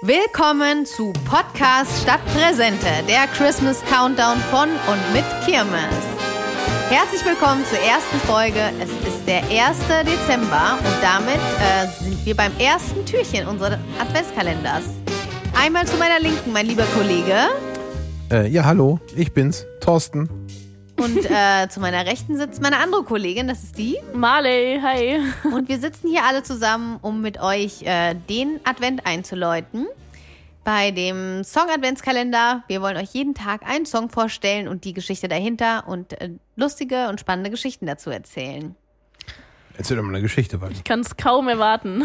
Willkommen zu Podcast statt Präsente, der Christmas Countdown von und mit Kirmes. Herzlich willkommen zur ersten Folge. Es ist der 1. Dezember und damit äh, sind wir beim ersten Türchen unseres Adventskalenders. Einmal zu meiner Linken, mein lieber Kollege. Äh, ja, hallo, ich bin's, Thorsten. Und äh, zu meiner Rechten sitzt meine andere Kollegin, das ist die. Marley, hi. Und wir sitzen hier alle zusammen, um mit euch äh, den Advent einzuläuten. Bei dem Song Adventskalender. Wir wollen euch jeden Tag einen Song vorstellen und die Geschichte dahinter und äh, lustige und spannende Geschichten dazu erzählen. Erzähl doch mal eine Geschichte, Wally. Ich kann es kaum erwarten.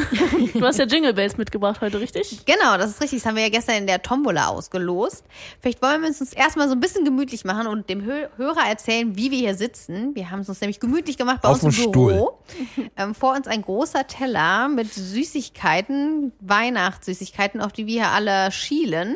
Du hast ja Jingle Bells mitgebracht heute, richtig? Genau, das ist richtig. Das haben wir ja gestern in der Tombola ausgelost. Vielleicht wollen wir es uns erstmal so ein bisschen gemütlich machen und dem Hö Hörer erzählen, wie wir hier sitzen. Wir haben es uns nämlich gemütlich gemacht bei Auf uns im dem Büro. Ähm, vor uns ein großer Teller mit Süßigkeiten, Weihnachtssüßigkeiten, auf die wir hier alle schielen.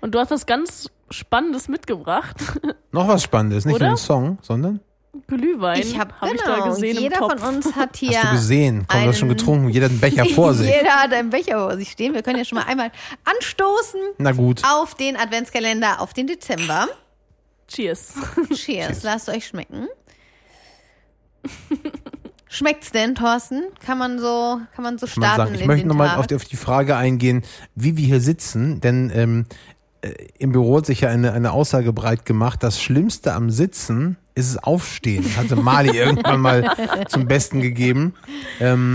Und du hast was ganz Spannendes mitgebracht. Noch was Spannendes, nicht Oder? nur ein Song, sondern Glühwein. Ich habe hab genau, ich da gesehen jeder im Topf. von uns hat hier hast du gesehen, komm, du hast schon einen- getrunken, jeder hat einen Becher vor sich. Jeder hat einen Becher vor sich stehen. Wir können ja schon mal einmal anstoßen Na gut, auf den Adventskalender, auf den Dezember. Cheers. Cheers, lasst euch schmecken. Schmeckt's denn, Thorsten? Kann man so, kann man so kann man starten sagen. Ich in möchte den nochmal Tag? auf die, auf die Frage eingehen, wie wir hier sitzen, denn ähm, äh, im Büro hat sich ja eine, eine Aussage breit gemacht, das Schlimmste am Sitzen ist es Aufstehen, hatte Mali irgendwann mal zum Besten gegeben.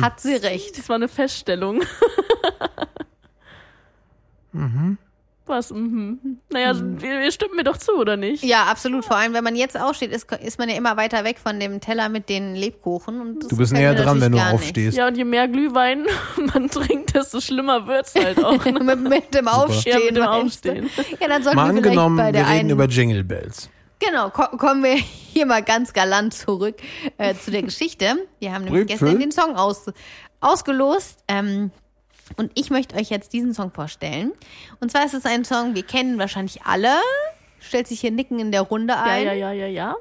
Hat sie recht. Das war eine Feststellung. mhm. Was? Mhm. Naja, ihr, ihr stimmt mir doch zu, oder nicht? Ja, absolut. Vor allem, wenn man jetzt aufsteht, ist, ist man ja immer weiter weg von dem Teller mit den Lebkuchen. Und das Du bist gefällt näher mir dran, wenn du natürlich gar nicht. aufstehst. Ja, und je mehr Glühwein man trinkt, desto schlimmer wird's halt auch. Ne? Mit, mit dem Aufstehen. Ja, mit dem meinst du? Aufstehen. Ja, dann sollten Mal wir vielleicht angenommen, bei wir der reden einen. über Jingle Bells. genau, ko kommen wir hier mal ganz galant zurück äh, zu der Geschichte. Wir haben nämlich Brötchen. gestern den Song aus, ausgelost. Ähm, und ich möchte euch jetzt diesen Song vorstellen. Und zwar ist es ein Song, wir kennen wahrscheinlich alle. Stellt sich hier Nicken in der Runde Ja, ein. ja, ja, ja, ja.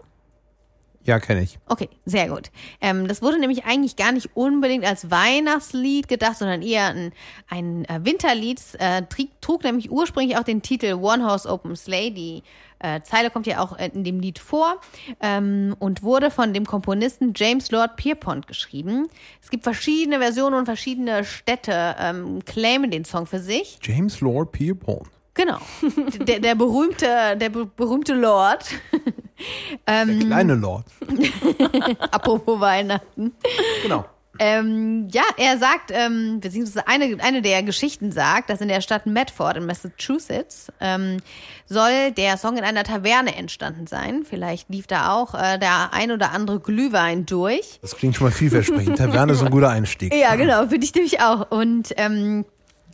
Ja, kenne ich. Okay, sehr gut. Ähm, das wurde nämlich eigentlich gar nicht unbedingt als Weihnachtslied gedacht, sondern eher ein, ein äh, Winterlied. Es, Äh, trug, trug nämlich ursprünglich auch den Titel One Horse Open Sleigh. Die äh, Zeile kommt ja auch äh, in dem Lied vor ähm, und wurde von dem Komponisten James Lord Pierpont geschrieben. Es gibt verschiedene Versionen und verschiedene Städte ähm, claimen den Song für sich. James Lord Pierpont. Genau, der, der berühmte, der be berühmte Lord. Der Ähm, kleine Lord. Apropos Weihnachten. Genau. Ähm, ja, er sagt, ähm, beziehungsweise eine, eine der Geschichten sagt, dass in der Stadt Medford in Massachusetts ähm, soll der Song in einer Taverne entstanden sein. Vielleicht lief da auch äh, der ein oder andere Glühwein durch. Das klingt schon mal vielversprechend. Taverne ist ein guter Einstieg. Ja, genau, finde ich nämlich auch. Und ähm,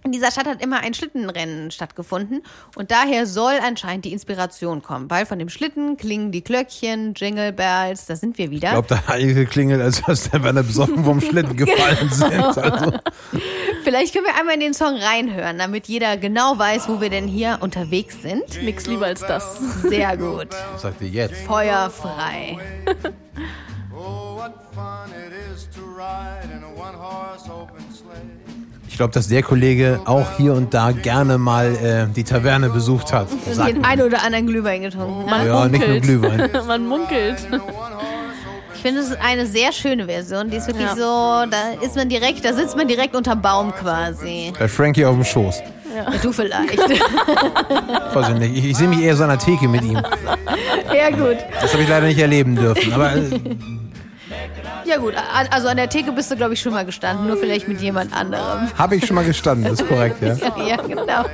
in dieser Stadt hat immer ein Schlittenrennen stattgefunden und daher soll anscheinend die Inspiration kommen, weil von dem Schlitten klingen die Glöckchen, Jingle Bells, da sind wir wieder. Ich glaube, da hat einige klingelt, als aus der Werner besoffen vom Schlitten gefallen sind. Genau. Also, Vielleicht können wir einmal in den Song reinhören, damit jeder genau weiß, wo wir denn hier unterwegs sind. Nix lieber als das. Sehr gut. was sagt ihr jetzt? Feuerfrei. Oh, what fun it is to ride in a one horse open sleigh. Ich glaube, dass der Kollege auch hier und da gerne mal äh, die Taverne besucht hat. Sagt Den man. einen oder anderen Glühwein getrunken. Man hat. Ja, nicht nur munkelt. Glühwein. man munkelt. In a one horse open Ich finde, es ist eine sehr schöne Version. Die ist wirklich Ja. so, da ist man direkt, da sitzt man direkt unterm Baum quasi. Bei Frankie auf dem Schoß. Du vielleicht. Weiß ich nicht. Ich, ich sehe mich eher so an der Theke mit ihm. Ja gut. Das habe ich leider nicht erleben dürfen. Aber äh, Ja gut, a- also an der Theke bist du, glaube ich, schon mal gestanden, nur vielleicht mit jemand anderem. habe ich schon mal gestanden, ist korrekt, ja. Ja, genau.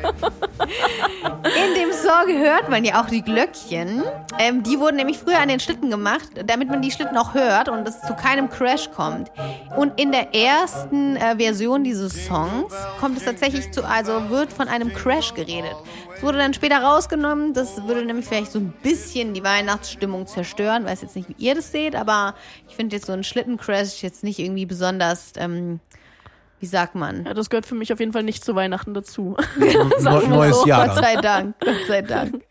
In dem Song hört man ja auch die Glöckchen. Ähm, die wurden nämlich früher an den Schlitten gemacht, damit man die Schlitten auch hört und es zu keinem Crash kommt. Und in der ersten äh, Version dieses Songs kommt es tatsächlich zu, also wird von einem Crash geredet. Es wurde dann später rausgenommen. Das würde nämlich vielleicht so ein bisschen die Weihnachtsstimmung zerstören. Weiß jetzt nicht, wie ihr das seht, aber ich finde jetzt so ein Schlittencrash jetzt nicht irgendwie besonders, ähm, wie sagt man? Ja, das gehört für mich auf jeden Fall nicht zu Weihnachten dazu. Neu, neues Oh, Jahr Gott dann. sei Dank, Gott sei Dank.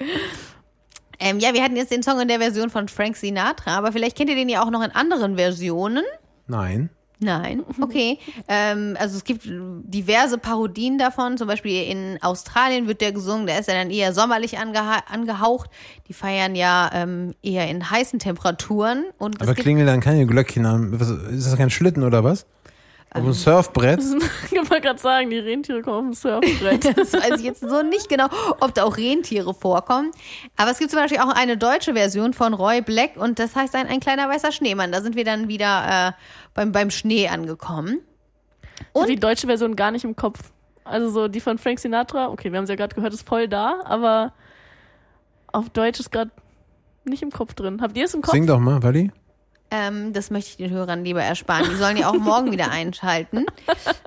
Ähm, ja, wir hatten jetzt den Song in der Version von Frank Sinatra, aber vielleicht kennt ihr den ja auch noch in anderen Versionen. Nein. Nein. Okay. ähm, also es gibt diverse Parodien davon. Zum Beispiel in Australien wird der gesungen, der ist ja dann eher sommerlich angeha angehaucht. Die feiern ja ähm, eher in heißen Temperaturen. Und Aber es gibt, klingeln dann keine Glöckchen an. Was, ist das kein Schlitten oder was? Auf Ähm, dem Surfbrett? Ich wollte gerade sagen, die Rentiere kommen auf dem Surfbrett. das weiß ich jetzt so nicht genau, ob da auch Rentiere vorkommen. Aber es gibt zum Beispiel auch eine deutsche Version von Roy Black und das heißt ein, ein kleiner weißer Schneemann. Da sind wir dann wieder äh, beim, beim Schnee angekommen. Und? Die deutsche Version gar nicht im Kopf. Also so die von Frank Sinatra, okay, wir haben es ja gerade gehört, ist voll da, aber auf Deutsch ist gerade nicht im Kopf drin. Habt ihr es im Kopf? Sing doch mal, Wally. Ähm, das möchte ich den Hörern lieber ersparen. Die sollen ja auch morgen wieder einschalten.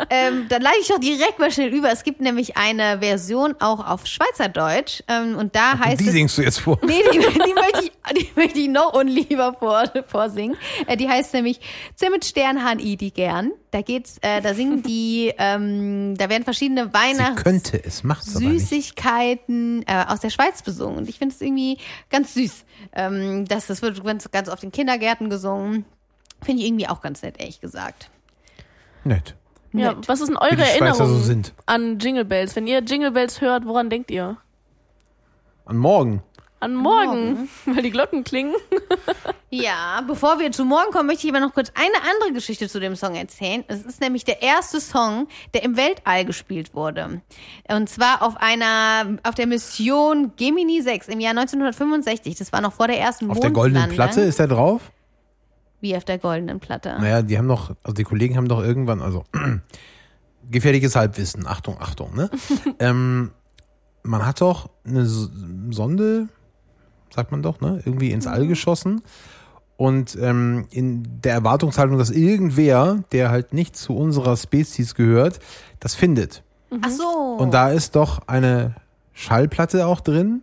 Ähm, dann leite ich doch direkt mal schnell über. Es gibt nämlich eine Version auch auf Schweizerdeutsch. Ähm, und da heißt Die es. singst du jetzt vor. Nee, die, die, möchte ich, die möchte ich noch unlieber vor, vorsingen. Äh, die heißt nämlich Zimt Sternhahn I, die gern. Da geht's, äh, da singen die, ähm, da werden verschiedene Sie Weihnachts. könnte es, macht's aber nicht. Süßigkeiten äh, aus der Schweiz besungen. Und ich finde es irgendwie ganz süß. Ähm, das, das wird ganz, ganz oft in Kindergärten gesungen. Finde ich irgendwie auch ganz nett, ehrlich gesagt. Nett. ja, Nett. was ist denn Wie eure die Schweizer Erinnerung so sind. an Jingle Bells? Wenn ihr Jingle Bells hört, woran denkt ihr? Und morgen. An morgen, weil die Glocken klingen. Ja, bevor wir zu morgen kommen, möchte ich aber noch kurz eine andere Geschichte zu dem Song erzählen. Es ist nämlich der erste Song, der im Weltall gespielt wurde. Und zwar auf einer, auf der Mission Gemini 6 im Jahr 1965. Das war noch vor der ersten Auf der goldenen Mondlandung. Platte ist er drauf. Wie auf der goldenen Platte. Naja, die haben noch, also die Kollegen haben doch irgendwann, also gefährliches Halbwissen, Achtung, Achtung, ne? ähm, man hat doch eine S- Sonde, sagt man doch, ne? Irgendwie ins Mhm. All geschossen. Und ähm, in der Erwartungshaltung, dass irgendwer, der halt nicht zu unserer Spezies gehört, das findet. Ach so. Und da ist doch eine Schallplatte auch drin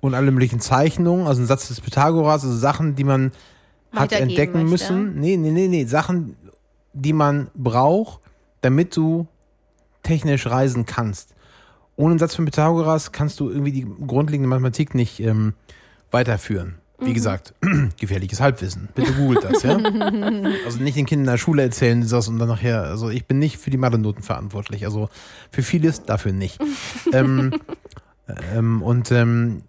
und alle möglichen Zeichnungen, also ein Satz des Pythagoras, also Sachen, die man hat Weitergeben entdecken möchte. müssen. Nee, nee, nee, nee, Sachen, die man braucht, damit du technisch reisen kannst. Ohne einen Satz von Pythagoras kannst du irgendwie die grundlegende Mathematik nicht ähm, weiterführen. Mhm. Wie gesagt, gefährliches Halbwissen. Bitte googelt das, ja? Also nicht den Kindern in der Schule erzählen das und dann nachher, also ich bin nicht für die Mathe-Noten verantwortlich. Also für vieles, dafür nicht. ähm, ähm, und ähm,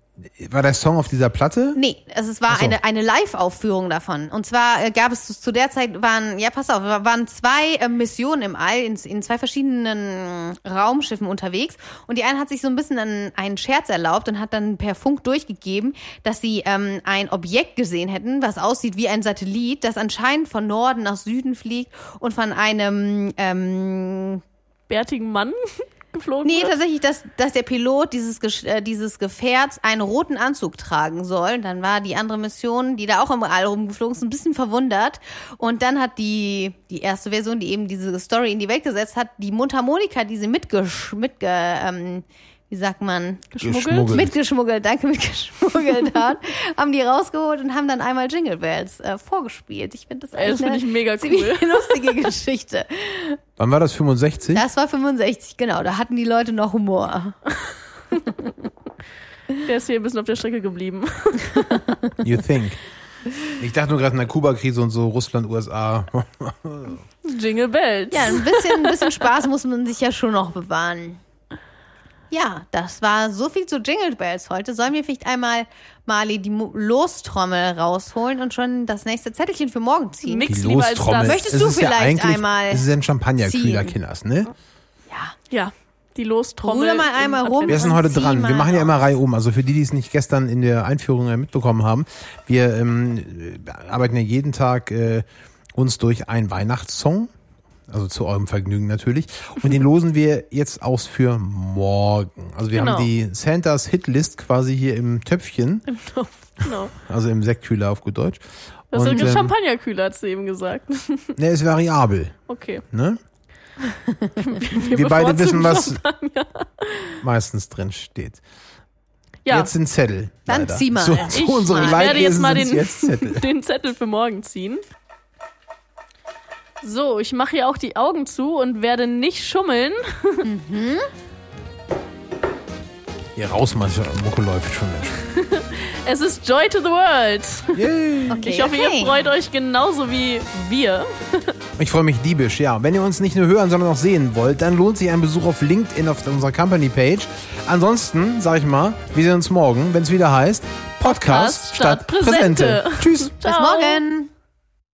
war der Song auf dieser Platte? Nee, also es war Ach so. eine, eine Live-Aufführung davon. Und zwar äh, gab es zu- zu der Zeit, waren, ja, pass auf, waren zwei äh, Missionen im All, in, in zwei verschiedenen Raumschiffen unterwegs. Und die eine hat sich so ein bisschen einen, einen Scherz erlaubt und hat dann per Funk durchgegeben, dass sie ähm, ein Objekt gesehen hätten, was aussieht wie ein Satellit, das anscheinend von Norden nach Süden fliegt und von einem ähm, Bärtigen Mann geflogen. Nee, wird. tatsächlich, dass, dass der Pilot dieses, Gesch- äh, dieses Gefährts einen roten Anzug tragen soll. Und Dann war die andere Mission, die da auch im All rumgeflogen ist, ein bisschen verwundert. Und dann hat die, die erste Version, die eben diese Story in die Welt gesetzt hat, die Mundharmonika, die sie mitgesch mitge, ähm, wie sagt man, Geschmuggelt. mitgeschmuggelt, danke, mitgeschmuggelt hat, haben die rausgeholt und haben dann einmal Jingle Bells äh, vorgespielt. Ich finde das, Ey, das eigentlich finde ich mega ziemlich cool. lustige Geschichte. Wann war das? 65? Das war 65, genau. Da hatten die Leute noch Humor. Der ist hier ein bisschen auf der Strecke geblieben. You think. Ich dachte nur gerade in der Kuba-Krise und so, Russland, USA. Jingle Bells. Ja, ein bisschen, ein bisschen Spaß muss man sich ja schon noch bewahren. Ja, das war so viel zu Jingle Bells heute. Sollen wir vielleicht einmal Marley die Mo- Lostrommel rausholen und schon das nächste Zettelchen für morgen ziehen? Nix lieber als das. Möchtest Es du ist vielleicht ja eigentlich, einmal Es ist ja ein Champagnerkühler, ziehen? Kinders, ne? Ja, die Lostrommel. Rühr mal im einmal Advent. rum. Wir sind Und heute zieh dran. mal Wir machen ja immer raus. Reihe um. Also für die, die es nicht gestern in der Einführung äh, mitbekommen haben, wir ähm, äh, arbeiten ja jeden Tag äh, uns durch einen Weihnachtssong. Also zu eurem Vergnügen natürlich. Und den losen wir jetzt aus für morgen. Also wir Genau. haben die Santas Hitlist quasi hier im Töpfchen, Genau. also im Sektkühler auf gut Deutsch. Das ist Und, ein ähm, Champagnerkühler, hat sie eben gesagt. Ne, ist variabel, Okay. ne? Wir beide wissen, bevorzugen was meistens drin steht. Ja, Jetzt sind Zettel. Dann leider. zieh mal. Zu, Ich zu unserem werde Leidwesen jetzt mal sind's den- jetzt Zettel. den Zettel für morgen ziehen. So, ich mache hier auch die Augen zu und werde nicht schummeln. Ihr Rausmacher Mucke läuft schon. Mensch. Es ist Joy to the World. Yay. Okay, Ich hoffe, okay. ihr freut euch genauso wie wir. Ich freue mich diebisch, ja. Wenn ihr uns nicht nur hören, sondern auch sehen wollt, dann lohnt sich ein Besuch auf LinkedIn auf unserer Company-Page. Ansonsten, sag ich mal, wir sehen uns morgen, wenn es wieder heißt Podcast Podcast statt statt Präsente. Präsente. Tschüss. Bis morgen.